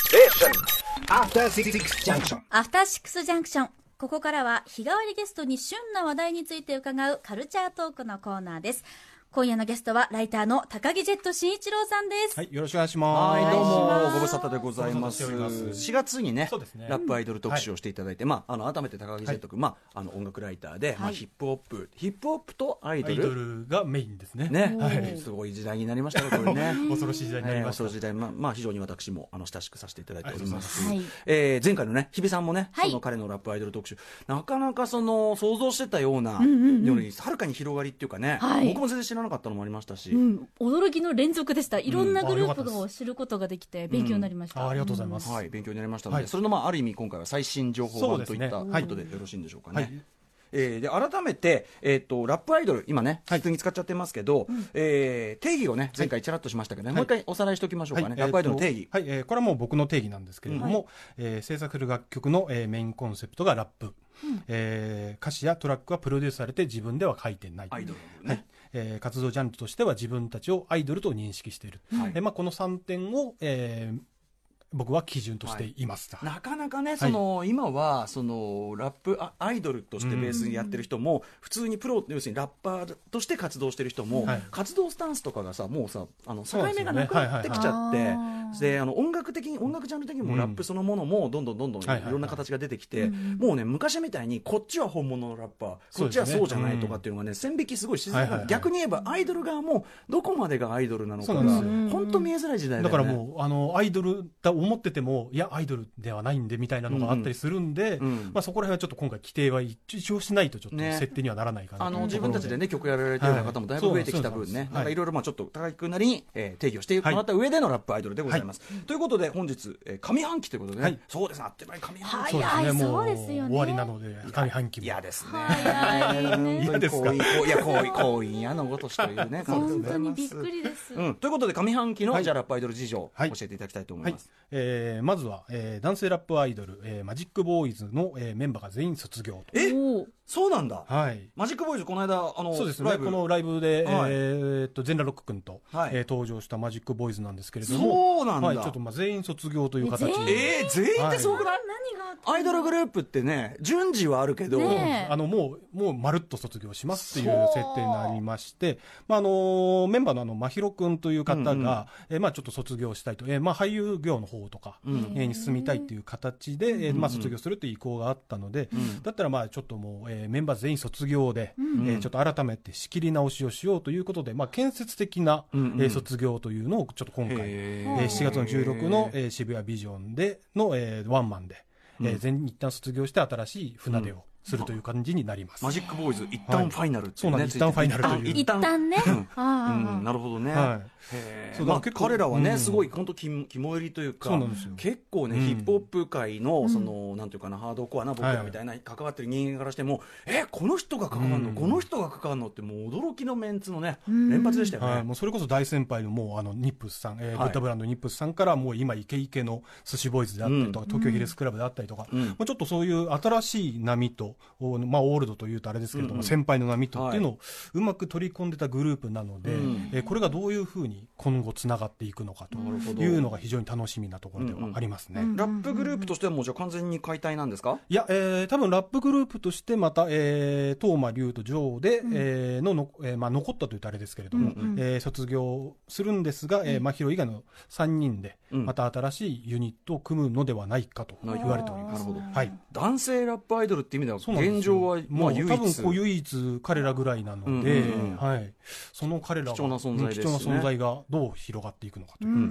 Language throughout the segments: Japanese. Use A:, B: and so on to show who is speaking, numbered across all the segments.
A: Station.
B: After Six Junction.
C: アフターシックスジャンクション。ここからは日替わりゲストに旬な話題について伺うカルチャートークのコーナーです。今夜のゲストはライターの高木ジェット慎一郎さんです。
D: はい、よろしくお願いします。
E: はい、どうも、ご無沙汰でございま
D: ご
E: す。
D: 無沙汰しております
E: 4月にね
D: そうですね
E: ラップアイドル特集をしていただいて、まあ、あの、改めて高木ジェット君、まあ、あの、音楽ライターで、ま
C: は
E: あ、
C: い
E: ヒップホップ、ヒップホップとアイ
D: ア
E: ド
D: イド
E: ル。
D: ルがメインですね。
E: ね、
C: はい
E: はいすごい時代になりましたね、これね。
D: 恐ろしい時代になり
E: えー
D: まし
E: そ
D: た。
E: の時代、まあ、まあ、非常に私も、あの、親しくさせていただいております。
C: ありがとうございます
E: えー前回のね、日比さんもね、
C: はい
E: その彼のラップアイドル特集、なかなかその、想像してたような、より、はるかに広がりっていうかね、
C: はい
E: 僕も全然知らなかったのもありましたし、
C: うん、驚きの連続でした。いろんな
D: うん
C: グルー
D: あよ
C: プ
D: かった
C: を
D: で
C: 知ることができて勉強になりました。
D: あありがとうございます。
E: は、
D: はいい。
E: 勉強になりましたので、
D: はい
E: それのまあある意味今回は最新情報
D: そう
E: 版
D: です
E: とい
D: ね
E: った
D: はい
E: ことでよろしいんでしょうかね。
D: はい
E: えーで改めて、えー、とラップアイドル、今ね、普通に使っちゃってますけど、えー定義をね、前回ちらっとしましたけどね、もう一回おさらいしておきましょうかね、
D: えーと
E: ラップアイドルの定義、
D: はい、えーこれはもう僕の定義なんですけれども、えー制作する楽曲の、えーメインコンセプトがラップ、えー歌詞やトラックはプロデュースされて自分では書いてない。
E: アイドル、ね、
D: えー活動ジャンルとしては自分たちをアイドルと認識している、
E: はい
D: えーまあ、この3点を、えー僕は基準としています、
E: なかなかね、その今はそのラップあアイドルとしてベースにやってる人も、普通にプロ、要するにラッパーとして活動してる人も、
D: はい
E: 活動スタンスとかがさ、もうさ、あの境
D: そうです
E: 目
D: よね
E: がなくなってきちゃって、
C: はいはいはい
E: であの音楽的に、音楽ジャンル的にも
D: うん
E: ラップそのものも、どんどんどんどんい
D: はいはいはい
E: ろんな形が出てきて、もうね、昔みたいに、こっちは本物のラッパー、こっちは
D: そうですね
E: そうじゃないとかっていうのがね、線引きすごい自然な、
D: はいはいはい
E: 逆に言えばアイドル側も、どこまでがアイドルなのか
D: そう
E: が、
D: なんですよ
E: 本当見えづらい時代だ
D: だ
E: よね。
D: からもうあのアイドルだ思っててもいやアイドルではないんでみたいなのがあったりするんで、
E: うんうん
D: まあ、そこら辺はちょっと今回規定は一一応しないとちょっと
E: ね
D: 設定にはならないかな
E: あ
D: とい
E: の
D: う
E: 自
D: ところ
E: 分たちでね曲やられてるような方もだいぶ増えてきた分
D: はいそ
E: ね、
D: うなんです
E: い、ろいろまあちょっと高木君なりに、えー定義をしてもらった上でのラップアイドルでございます。ということで本日、えー上半期ということでね、
D: はい
E: そうですねあっという間に上半期。
D: そうです
C: 早
D: ね
C: い
D: も
C: そうですよね
D: 終わりなので上半期も
E: 嫌ですね。
C: 早いね
D: 嫌ですか
E: 本当にこういやこういこういやのごとしというね感じ
C: 本
E: でござ
C: 当
E: い
C: に
E: ま
C: びっ
E: す。
C: くりです。
E: うん、ということで上半期の、
D: はい
E: じゃあラップアイドル事情、
D: はい
E: 教えていただきたいと思
D: はいい
E: ます。
D: えーまずは、えー男性ラップアイドル、えーマジックボーイズの、えーメンバーが全員卒業と。
E: え
C: おー
E: そうなんだ、
D: はい
E: マジックボーイズこの間あの
D: そうです
E: ラ
D: ね、
E: イブ
D: このライブで、
E: はい
D: えーっと全裸ロック君と、
E: はい
D: えー登場したマジックボーイズなんですけれども、
E: そうなんだ
D: はい、ちょっとまあ全員卒業という形
C: え全員
E: えー、全員ってすごくない、
C: 何があった
E: アイドルグループってね順次はあるけど、
C: ねえ
D: あのもう、もうまるっと卒業しますっていう設定になりまして、まあ、あのメンバーのあの真宙君という方が、
E: うんうん
D: えーまあ、ちょっと卒業したいと、えーまあ、俳優業の方とか、
E: うん
D: えーに進みたいという形で、えーまあ、卒業するという意向があったので、
E: ん
D: だったらまあちょっともう、えーメンバー全員卒業で、
E: ん
D: えーちょっと改めて仕切り直しをしようということで、まあ、建設的な、
E: うんうん
D: えー卒業というのをちょっと今回、
E: へ
D: え
E: ー
D: ー7月の16の、えー渋谷ビジョンでの、えーワンマンで、えー全員一旦卒業して新しい船出をするという感じになります。
E: マジックボーイズ一旦ファイナルってい
D: そうなんです一旦ファイナルという
E: あ
C: 一旦ね。
E: うん、
C: あ
E: なるほどね、
D: はい
E: へー
D: そうだ
E: まあ、
D: 結構
E: 彼らはね、
D: うん
E: すごい本当肝肝入りというか
D: そうなんですよ
E: 結構ね、
D: うん
E: ヒップホップ界のその、なんていうかなハードコアな僕らみたいな、関わってる人間からしてもえこの人が関わるの、
D: うん
E: この人が関わるのってもう驚きのメンツのね、連発でしたよね、
D: はい、もうそれこそ大先輩のもうあのニップスさん、えー
E: はい
D: ブッダブランドニップスさんからもう今イケイケの寿司ボーイズであったりとか、東京ヒレスクラブであったりとか、
E: うん
D: もうちょっとそういう新しい波と、おまあ、オールドというとあれですけれども、先輩の波とっていうのをうまく取り込んでたグループなので、
E: うん
D: えーこれがどういうふうに今後つながっていくのかというのが非常に楽しみなところではありますね。
E: ラップグループとしてはもうじゃあ完全に解体なんですか
D: いや、えー、多分ラップグループとしてまた、えー、東間龍とジョーで、えーのの、えーまあ、残ったというとあれですけれども、えー卒業するんですが、えー、真宙以外の3人で、
E: うん
D: また新しいユニットを組むのではないかと言われております。
E: なるほど
D: はい。
E: 男性ラップアイドルって意味では
D: そうなんですよ
E: 現状はま
D: も
E: あ
D: う
E: 唯
D: 多分
E: 一
D: こう唯一彼らぐらいなので、
E: うんうんうん
D: はい。その彼らが
E: 貴重な存在ですね
D: うん貴重な存在がどう広がっていくのかという、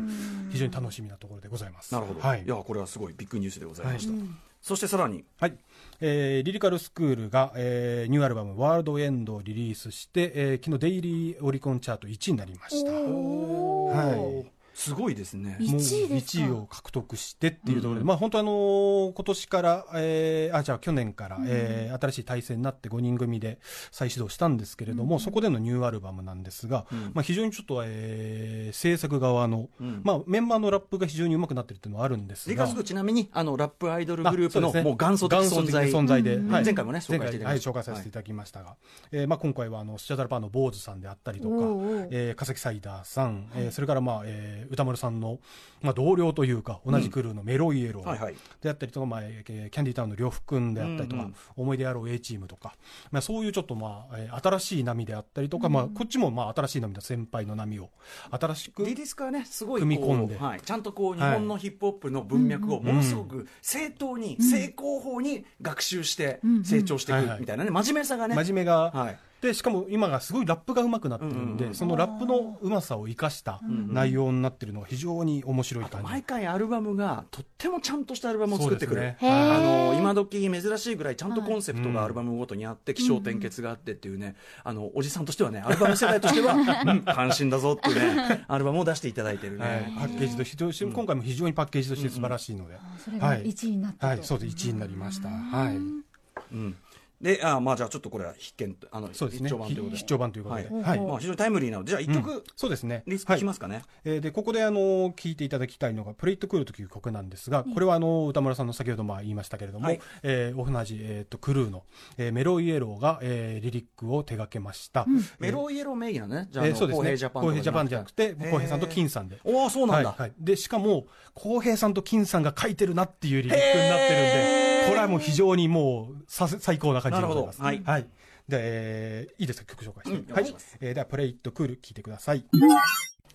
D: 非常に楽しみなところでございます。
E: なるほど、、
D: はいい。
E: やこれはすごいビッグニュースでございました、そしてさらに
D: はいえーリリカルスクールが、えーニューアルバム「ワールドエンド」をリリースして、えー昨日デイリーオリコンチャート1位になりました。はい
E: すごいですね
C: い
D: もう
C: 1位ですか
D: 1位を獲得してっていうところで、まあ、本当、あのー今年から、えーあじゃあ去年から、えー新しい体制になって5人組で再始動したんですけれども、そこでのニューアルバムなんですが、まあ、非常にちょっと、えー制作側の、まあ、メンバーのラップが非常にうまくなってるっていうのはあるんです
E: リ
D: が。
E: カスクちなみにあのラップアイドルグループ
D: あ
E: の
D: そうですね
E: もう元祖的存在
D: 元祖的存で、はい
E: 前回もね紹介して
D: 前
E: いただきました
D: 回はい紹介させていただきましたが、えーまあ、今回はあのスチャダラパーの坊主さんであったりとか
C: おうおう、
D: えー、化石サイダーさん、えーそれから、まあええー歌丸さんの、まあ、同僚というか、同じクルーのメロイエロ
E: はいはい
D: ーであったりとか、まあえーキャンディタウンの呂布君であったりとか、
E: うんうん
D: 思い出あろう A チームとか、まあ、そういうちょっと、まあえー新しい波であったりとか、まあ、こっちも、まあ、新しい波だ、先輩の波を、新しく
E: リリースからねすごいこう
D: 組み込んで
E: はい、ちゃんとこう日
D: はい
E: 本のヒップホップの文脈をものすごく正当に、正攻法に学習して成長してい
D: はいは
E: く
D: い
E: みたいなね真面目さがね
D: 真面目が、
E: はい
D: でしかも今がすごいラップが上手くなってるんで、
E: うんうん
D: そのラップのうまさを生かした内容になってるのが非常に面白い感じ、
E: 毎回アルバムがとってもちゃんとしたアルバムを作ってく
D: そう
E: る、
D: です
C: ねへー
E: あの今時珍しいぐらいちゃんとコンセプト
D: は
E: が
D: い
E: アルバムごとにあって起承転結があってっていうねあのおじさんとしてはねアルバム世代 としてはうん関心だぞっていうねアルバムを出していただいてるね、
D: はいパッケージと非常に今回も非常にパッケージとして素晴らしいので、
C: それが1位になったと、
D: はい、そうです1位になりました、はい、
E: うん、であまあじゃあちょっとこれは必見あの
D: そうですね
E: 一丁版ということで
D: 必聴版ということで、
E: はい
D: はい
E: まあ、非常にタイムリーなのでじゃあ一曲、
D: そうですね
E: リスクしますかね、
D: えーでここであの聴いていただきたいのが「プレイットクール」という曲なんですが、これはあの歌村さんの先ほどまあ言いましたけれども、
E: はい
D: えー同じ、えー、とクルーの、えーメロイエローが、えーリリックを手掛けました、
E: メロイエロー名義なのねじゃああ
D: え
E: の、
D: ーそうですね。
E: 公平ジャパンとか
D: 公平ジャパンじゃなくて、
E: へー
D: 公平さんと金さんで。
E: おおそうなんだ、
D: はいはいで、しかも、公平さんと金さんが書いてるなっていうリリックになってるんで、これはもう非常にもう、させ最高な感じでございます。
E: なるほど
D: はい。で、えーいいですか、曲紹介して。
E: うんお
D: は
E: 願いし
D: い
E: ます。
D: えーでは、プレイットクール聞いてください。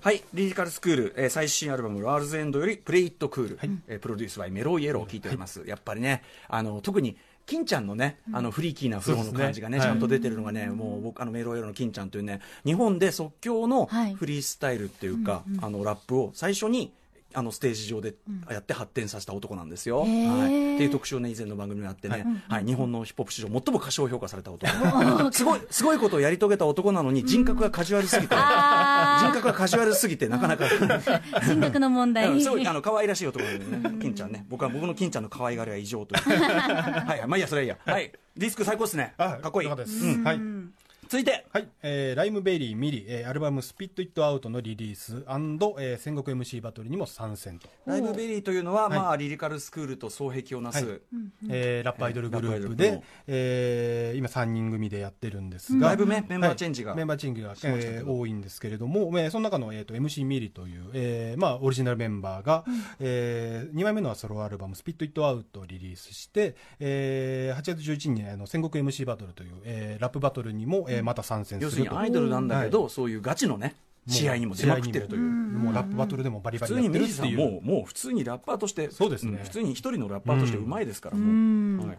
E: はい、リリカルスクール、えー最新アルバム、ラールズエンドより、プレイイットクール、えープロデュースバイメロイエローを聞いております。やっぱりね、あの、特に、金ちゃんのね、あの、フリーキーなフロー
D: そう
E: の
D: ですね
E: 感じがね、
D: はい
E: ちゃんと出てるのがね、もう僕、あの、メロイエローの金ちゃんというね、日本で即興の
C: はい
E: フリースタイルっていうか、あの、ラップを最初に、あのステージ上でやって発展させた男なんですよ。
C: へー
E: はい、っていう特集をね以前の番組にあってね、はい、日本のヒップホップ史上最も過小評価された男。すごいすごいことをやり遂げた男なのに人格がカジュアルすぎて、
C: あ
E: 人格がカジュアルすぎてなかなか
C: ー人格の問題
E: うんすごいあの可愛らしい男なんでね金ちゃんね僕は僕の金ちゃんの可愛がりは異常というはいまあいいやそれはいいやはいディスク最高っすねかっこいい
D: よたです。はい。
E: 続いて
D: はい、えーライムベリーミリ、えーアルバムスピットイットアウトのリリース、えー戦国 MC バトルにも参戦と。
E: ライブベリーというのは、
D: はい
E: まあリリカルスクールと双璧をなす、
D: はいえーラップアイドルグループ
E: ラップアイドル
D: で
E: の、
D: えー今3人組でやってるんですが、
E: だいぶねメンバーチェンジが
D: はいメンバーチェンジが、
E: しましたけど
D: えー多いんですけれども、えーその中の、えー、と MC ミリという、えーまあ、オリジナルメンバーが、え2枚目のソロアルバム「スピット・イット・アウト」をリリースして、えー8月11日にあの戦国 MC バトルという、えーラップバトルにも、えーまた参戦
E: 要
D: す
E: する
D: る
E: に
D: と。
E: アイドルなんだけど、そういうガチのね試合にも出まくってるという。
D: もうラップバトルでもバリバ
E: 普
D: リ
E: 通
D: や
E: に
D: って
E: ミ
D: る
E: リ
D: っ
E: ーさ
D: てい
E: ん
D: う
E: ももう普通にラッパーとして
D: そうですね
E: ん普通に一人のラッパーとしてうまいですから、もうはい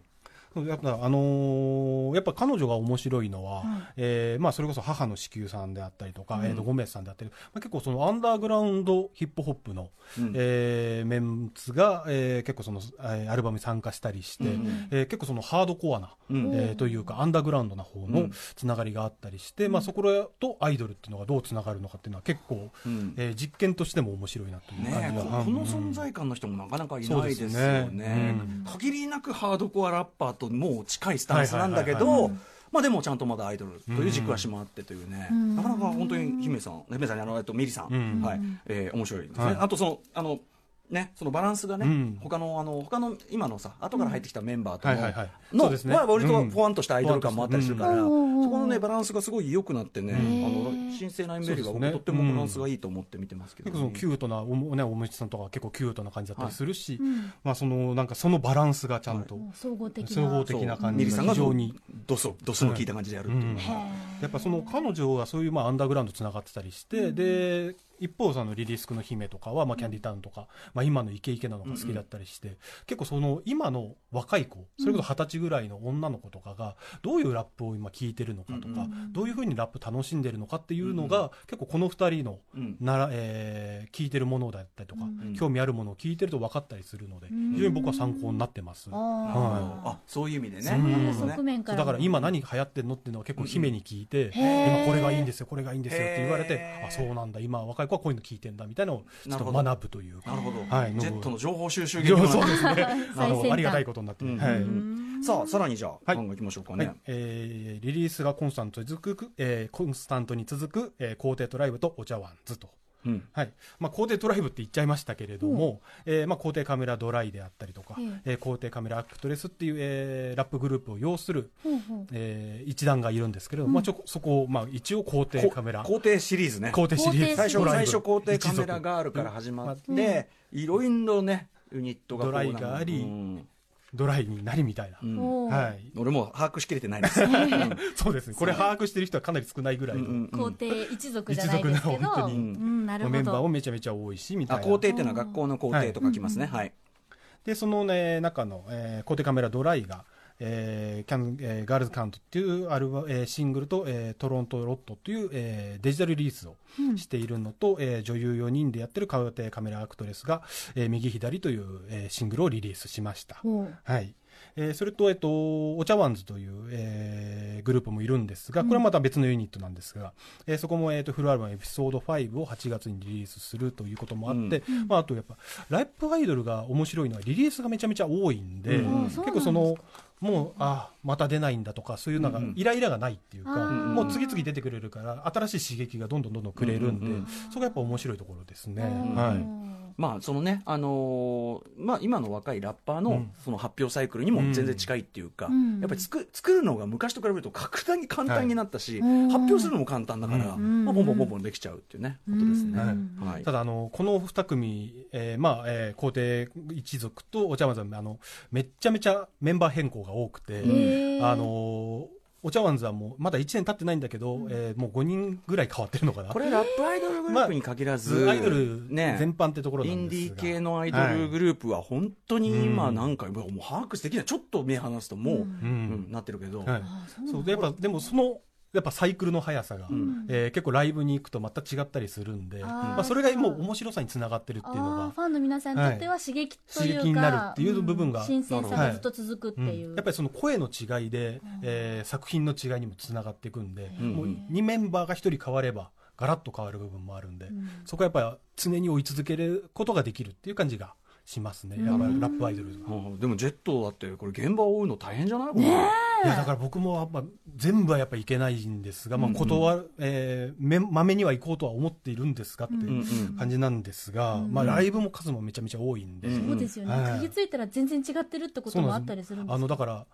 D: やっぱ、あのーやっぱ彼女が面白いのは、えーまあ、それこそ母の子宮さんであったりとか、えーとゴメスさんであったり、まあ、結構そのアンダーグラウンドヒップホップの、えーメンツが、えー結構その、えーアルバムに参加したりして、えー結構そのハードコアな、
E: ん
D: えーというかアンダーグラウンドな方のつながりがあったりして、まあ、そこらとアイドルっていうのがどうつながるのかっていうのは結構、
E: ん
D: えー実験としても面白いなという感
E: ね
D: じ
E: こ
D: が、うん
E: この存在感の人もなかなかいないですよ
D: そう
E: ね
D: ですね
E: 限りなくハードコアラッパーともう近いスタンスなんだけ
D: はいはいはい
E: どまあでもちゃんとまだアイドルという軸足もあってというね、なかなか本当に姫さん姫さんにあのえっとミリさん、
D: うん
E: はい、えー面白いですね、
D: はい
E: あとそのあのね、そのバランスがね、
D: うん
E: 他のあの他の今のさ後から入ってきたメンバーとの,、
D: はいはいはい
E: の
D: そうですね
E: は割と
D: うん
E: フォワンとしたアイドル感もあったりするから、そこのねバランスがすごい良くなってね、あの新生ラインベリーが
D: そう
E: 僕、
D: ですね
E: とってもバランスがいいと思って見てますけど、
D: 結構そのキュートなおも、ね、おむちさんとか結構キュートな感じだったりするし、まあ、そのなんかそのバランスがちゃんと、
C: 総合的
D: 総合
C: な
D: 的な感じ
E: ミリさ
D: が
E: んが
D: 非
E: 非常
D: 常
E: に
D: に。
E: ドスドスの効いた感じでやるっていう、
D: うんやっぱその彼女がそういうまあアンダーグラウンドつながってたりして、で一方そのリリースクの姫とかはまあキャンディタウンとか、まあ、今のイケイケなのが好きだったりして、結構その今の若い子それこそ二十歳ぐらいの女の子とかがどういうラップを今聴いてるのかとか、どういうふうにラップ楽しんでるのかっていうのが、結構この二人の
E: うん
D: なら、えー聞いてるものだったりとか、
E: ん
D: 興味あるものを聞いてると分かったりするので、非常に僕は参考になってます。
C: あー
D: はい
E: あそういう意味でね
D: そういう
E: そうね
C: 側面か
D: そう
C: ら
D: だから今何流行ってんのっていうのは結構姫に聞いて、
C: ー
D: 今これがいいんですよこれがいいんですよって言われて
E: へー
D: あそうなんだ今若い子はこういうの聞いてんだみたいなのをちょ
E: な
D: っと
E: るほど
D: 学ぶという
E: な
D: か
E: るほど、
D: はい
E: ジェットの情報収集劇
D: 上
E: も
D: 手 そう ですねあ
C: 最先端
D: のありがたいことになって
E: う
D: る、
E: ん
D: はい
E: さあさらにじゃあ、
D: はい
E: 考えいきましょうか
D: は
E: ね、
D: いえーリリースがコンスタントに続く、えーコンスタントに続く、えー、皇帝とライブとお茶碗図と
E: うん
D: はいまあ、皇帝ドライブって言っちゃいましたけれども、えーまあ、皇帝カメラドライであったりとか、
C: え
D: え
C: え
D: ー皇帝カメラアクトレスっていう、えーラップグループを擁する、
C: ほうほう
D: えー一団がいるんですけれども、まあ、ちょそこを、まあ、一応皇帝カメラ
E: こ皇帝シリーズね
D: 皇帝シリーズ
E: 最初
D: ドライ
E: 最
D: ブ
E: 初皇帝カメ
D: 一
E: ラ
D: 族
E: ガールから始まっ
D: うん
E: ていろいろねユニットがこうなの
D: ドライがあり
E: うん
D: ドライになりみたいな、
E: うん
C: おー
D: はい、
E: 俺もう把握しきれてないですうん
D: そうですねこれ把握してる人はかなり少ないぐらいの、
E: うん
C: 皇帝一族じゃないですけ
D: 一
C: ど
D: 族な本当
C: う
D: に
C: ん、なるほ
D: まあメンバーも
C: ど
D: めちゃめちゃ多いしみたい
E: あ
D: な
E: 皇帝っていうのは学校の皇帝とかきますねはい
D: でその、ね、中の、えー、コテカメラドライが、えーキャンえーガールズカウントっていうアルバ、えーシングルと、えートロントロットという、えーデジタルリリースをしているのと、えー女優4人でやってるカウテカメラアクトレスが、えー右左という、えーシングルをリリースしました。
C: ほう
D: はいえーそれと、えっと、お茶碗ズという、えーグループもいるんですが、これはまた別のユニットなんですが、えーそこも、えっとフルアルバムエピソード5を8月にリリースするということもあって、まあ、あとやっぱ、ライブアイドルが面白いのはリリースがめちゃめちゃ多いんで、
E: うん
D: 結
C: あ
D: 構
C: そう
D: そ
C: なんで
D: の、もう、あまた出ないんだとか、そういうのが、
E: うん
D: イライラがないっていうか、
C: あー
D: もう次々出てくれるから、新しい刺激がどんどんどんどんくれるんで、
E: うんうんうん
D: そこがやっぱ面白いところですね。
C: うん
D: はい
E: まあそのねあのーまあ今の若いラッパー
D: う
E: の
D: ん
E: その発表サイクルにも全然近いっていうか
C: うん
E: やっぱり作作るのが昔と比べると格段に簡単になったし
C: は
E: 発
C: い
E: 表するのも簡単だから
C: ん
E: まあボンボンボンボンできちゃうっていうねことですね
D: うん
E: はい
D: ただあの、この2組、えーまあえー皇帝一族とお茶碗さんあの、めっちゃめちゃメンバー変更が多くて、
C: ー
D: あのーお茶碗さんもまだ1年経ってないんだけど、えーもう5人ぐらい変わってるのかな、
E: これラップアイドルグループに限らず、
D: アイドル全般ってところな
E: イ
D: ん
E: ンデ
D: で
E: ィ
D: す
E: ー
D: が
E: 系のアイドルグループは本当に今
D: うん
E: なんか、もう把握できないちょっと目離すともう、うん
D: うん
E: なってるけど、
D: はい
C: あそうなんだ
D: そうでやっぱでもそのやっぱサイクルの速さが、
E: ん
D: えー結構ライブに行くとまた違ったりするんで
C: あー
D: まあ、それがもう面白さにつながってるっていうの
C: あー
D: が
C: ファンの皆さんにとっては刺激というか、
D: 刺激になるっていう部分が
C: ん新鮮さがずっと続くっていう、
D: うんやっぱりその声の違いで、えー作品の違いにもつながっていくんで、
E: ん
D: もう2メンバーが1人変わればガラッと変わる部分もあるんで、そこはやっぱ常に追い続けることができるっていう感じがしますね、やっぱりラップアイドルが。
E: うんでもジェットだってこれ現場を追うの大変じゃないこれ、
D: いやだから僕もやっぱ全部はやっぱいけないんですが、まあ断るえーめまめにはいこうとは思っているんですがって
E: うん
D: いう
E: うん
D: 感じなんですが、まあ、ライブも数もめちゃめちゃ多いんで、
E: うん
C: そうですよね、
D: はい
C: 嗅ぎついたら全然違ってるってこ
D: そ
C: と
D: う
C: も
D: な
C: あ
D: ん
C: ったり
D: です
C: るんです
D: あのだから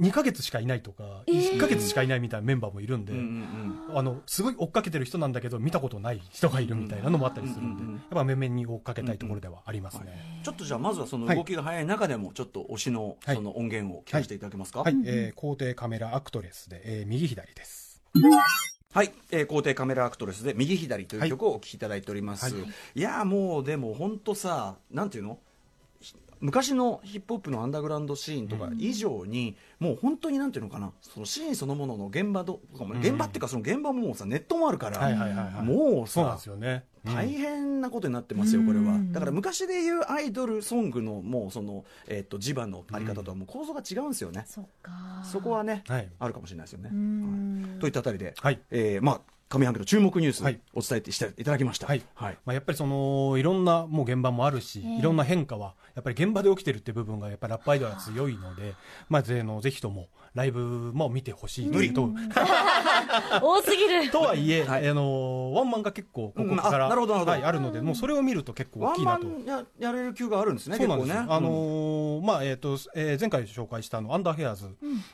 D: 2ヶ月しかいないとか、
C: えー
D: 1ヶ月しかいないみたいなメンバーもいるんで、
E: うんうん
D: あのすごい追っかけてる人なんだけど見たことない人がいるみたいなのもあったりするんで、
E: うんうんうん
D: やっぱ面々に追っかけたいところではありますね。
E: うんちょっとじゃあまずはその動きが早い中でもちょっと推しの
D: はい
E: その音源を聞かせていただけますか
D: はい、えー皇帝カメラアクトレスで、えー右左です。
E: はい、えー、皇帝カメラアクトレスで「右左」という曲をお聴きいただいております、
D: はい
E: い、やーもうでも本当さなんていうのひ昔のヒップホップのアンダーグラウンドシーンとか以上に、もう本当になんていうのかなそのシーンそのものの現場どとかもね、現場っていうかその現場ももうさネットもあるから、
D: はいはいはいはい。
E: もう
D: そうなん
E: さ
D: ですよね。
E: 大変なことになってますよ、これは。だから昔でいうアイドルソングのもうその、えっと磁場のあり方とはもう構造が違うんですよね、
C: そっか
E: そこはね、
D: はい
E: あるかもしれないですよね。
C: ん
E: はいといったあたりで、
D: はい
E: えーまあ、上半期の注目ニュース
D: はい
E: お伝えてしていただきました。
D: はい
E: はい
D: まあ、やっぱりそのいろんなもう現場もあるし、
C: ええ
D: いろんな変化はやっぱり現場で起きてるって部分がやっぱりラップアイドルは強いので、まあ、ぜのぜひともライブも見てほしい
E: 無理
D: と
C: 多すぎる
D: とはいえ、
E: はい
D: あのワンマンが結構ここ
E: うんあ
D: から、
E: なるほどなるほど
D: はい、あるのでもうそれを見ると結構
E: ワ
D: 大
E: ン
D: きい
E: マ
D: なと。
E: ンややれる級があるんですね、
D: そうなんですよ
E: 結構ね。
D: あのーまあえーとえー前回紹介したあのアンダーヘアーズ、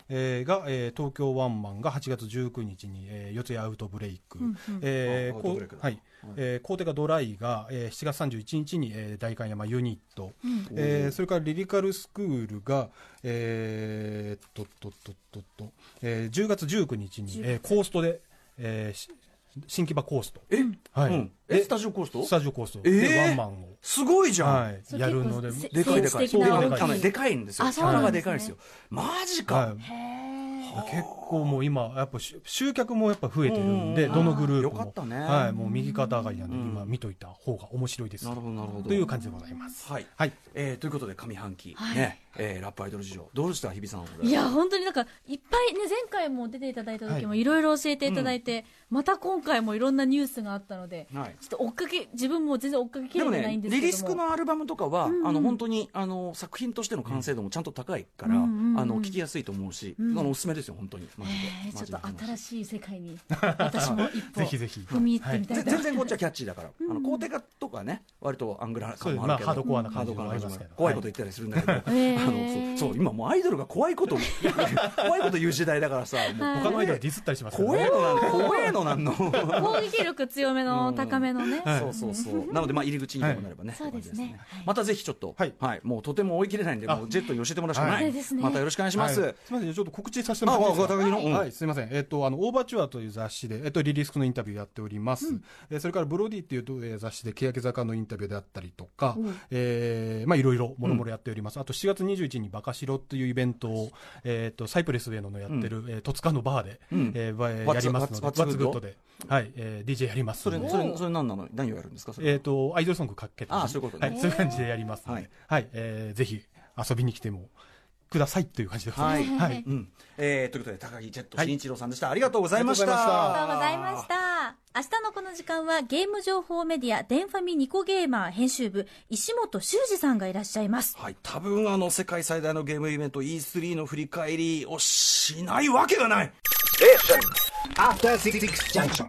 D: えーが、えー東京ワンマンが8月19日に、えー四谷アウトブレイク、えー
E: あアウ
D: こ
E: ト
D: う
E: ブレイクだ
D: はいえーコーテがドライが、えー7月31日に、えー代官山ユニット、えーそれからリリカルスクールが、えーっとっとっとっとっと、えー10月19日に、えーコーストで、えーし新木場コースト、
E: え、
D: はい
E: うんえスタジオコースト
D: スタジオコースト
E: えー
D: でワンマンを、
E: すごいじゃん。
D: はい、やるので。
C: それ
E: でかいでかい。
C: 政治的
D: な
E: で
D: 大きい
E: かいでかいんですよ。
C: あそうなん
E: が
C: でね
E: ですかいんですよ。マジか。
D: はい結構もう今、やっぱし集客もやっぱ増えてるんで、
E: うん
D: どのグループも。
E: よかったね
D: はい、もう右肩上がりなんで、
E: うん
D: 今見といた方が面白いです。
E: なるほどなるほど
D: という感じでございます。
E: はい。
D: はい。
E: えーということで上半期、
C: はい
E: ね、えーラップアイドル事情どうでした日比さん。
C: いや本当になんかいっぱいね前回も出ていただいた時も
D: はい
C: ろいろ教えていただいて、また今回もいろんなニュースがあったので、
E: はい
C: ちょっと追っかけ自分も全然追っかけき
E: で
C: れ
E: も
C: てな
E: ね
C: いんですけ
E: リ
C: ども
E: リスクのアルバムとかは、あの本当にあの作品としての完成度もちゃんと高いから、
C: うんうんうん
E: あの聞きやすいと思うし、あのおすすめですよ本当に。マジで
C: えー
E: マジ
C: ち
E: で
C: ょっと新しい世界 に私も一歩
D: ぜひぜひ
C: 踏み入ってみたい
E: ぜ
C: と
E: 全然こっちはキャッチーだから、あの肯定化とかね、割とアングラ感もあるけ
D: そうですまあハ
E: ど、
D: ードコアな感じも
E: ハードコアな感じも
D: ありますけど
E: 怖いこと言ったりするんだけど、
C: い
E: あ
C: へ
E: の
C: ー
E: そうそう今もうアイドルが怖いこと 怖いこと言う時代だからさ、もう
D: 他のアイドルディスったりしますから
E: 怖
D: ね
E: えのなん怖えのなんの。
C: 攻撃力強めの高めのね、
E: そうそうそう。なのでまあ入り口にでもなればね。
C: はい
E: って感じ
C: そうですねはい
E: またぜひちょっと
D: はい
E: はいもうとても追い切れないんで
D: あ
E: もうジェットに教えてもらうしかな
C: はい
E: い
C: です。ね
E: またよろしくお願いしま
D: はい
E: す。
D: すみません、ちょっと告知させてもらっていいですか。
E: あわわ高木のうん
D: はい、すみません。えっ、と、あの、オーバーチュアという雑誌で、えっ、と、リリースクのインタビューやっております。えーそれから、ブロディっていう、えー雑誌で、欅坂のインタビューであったりとか、えーまあ、いろいろ、もろもろやっております。あと、7月21日にバカシロっていうイベントを、えっ、と、サイプレスウェイののやってる、えー戸塚のバーで、えーばえーやりますので、
E: What's- What's- What's
D: ワッツグッドで、はい、えー DJ やります
E: そ
D: の
E: れ
D: で。
E: それそれ何なの何をやるんですかそれ
D: えっ、。と、アイドルソングかけて、
E: あーそういうことね
D: はい、そういう感じでやりますので、
E: は
D: はいい、えーぜひ、遊びに来ても、くださいという感じでございます。
E: は
D: はいい
E: うん。えーということで高木ジェット
D: はい
E: 新一郎さんでした。ありがとうございました。
C: ありがとうございました。明日のこの時間はゲーム情報メディア、デンファミニコゲーマー編集部、石本修二さんがいらっしゃいます。
E: はい、多分あの世界最大のゲームイベント E3 の振り返りをしないわけがない
B: After Six Junction.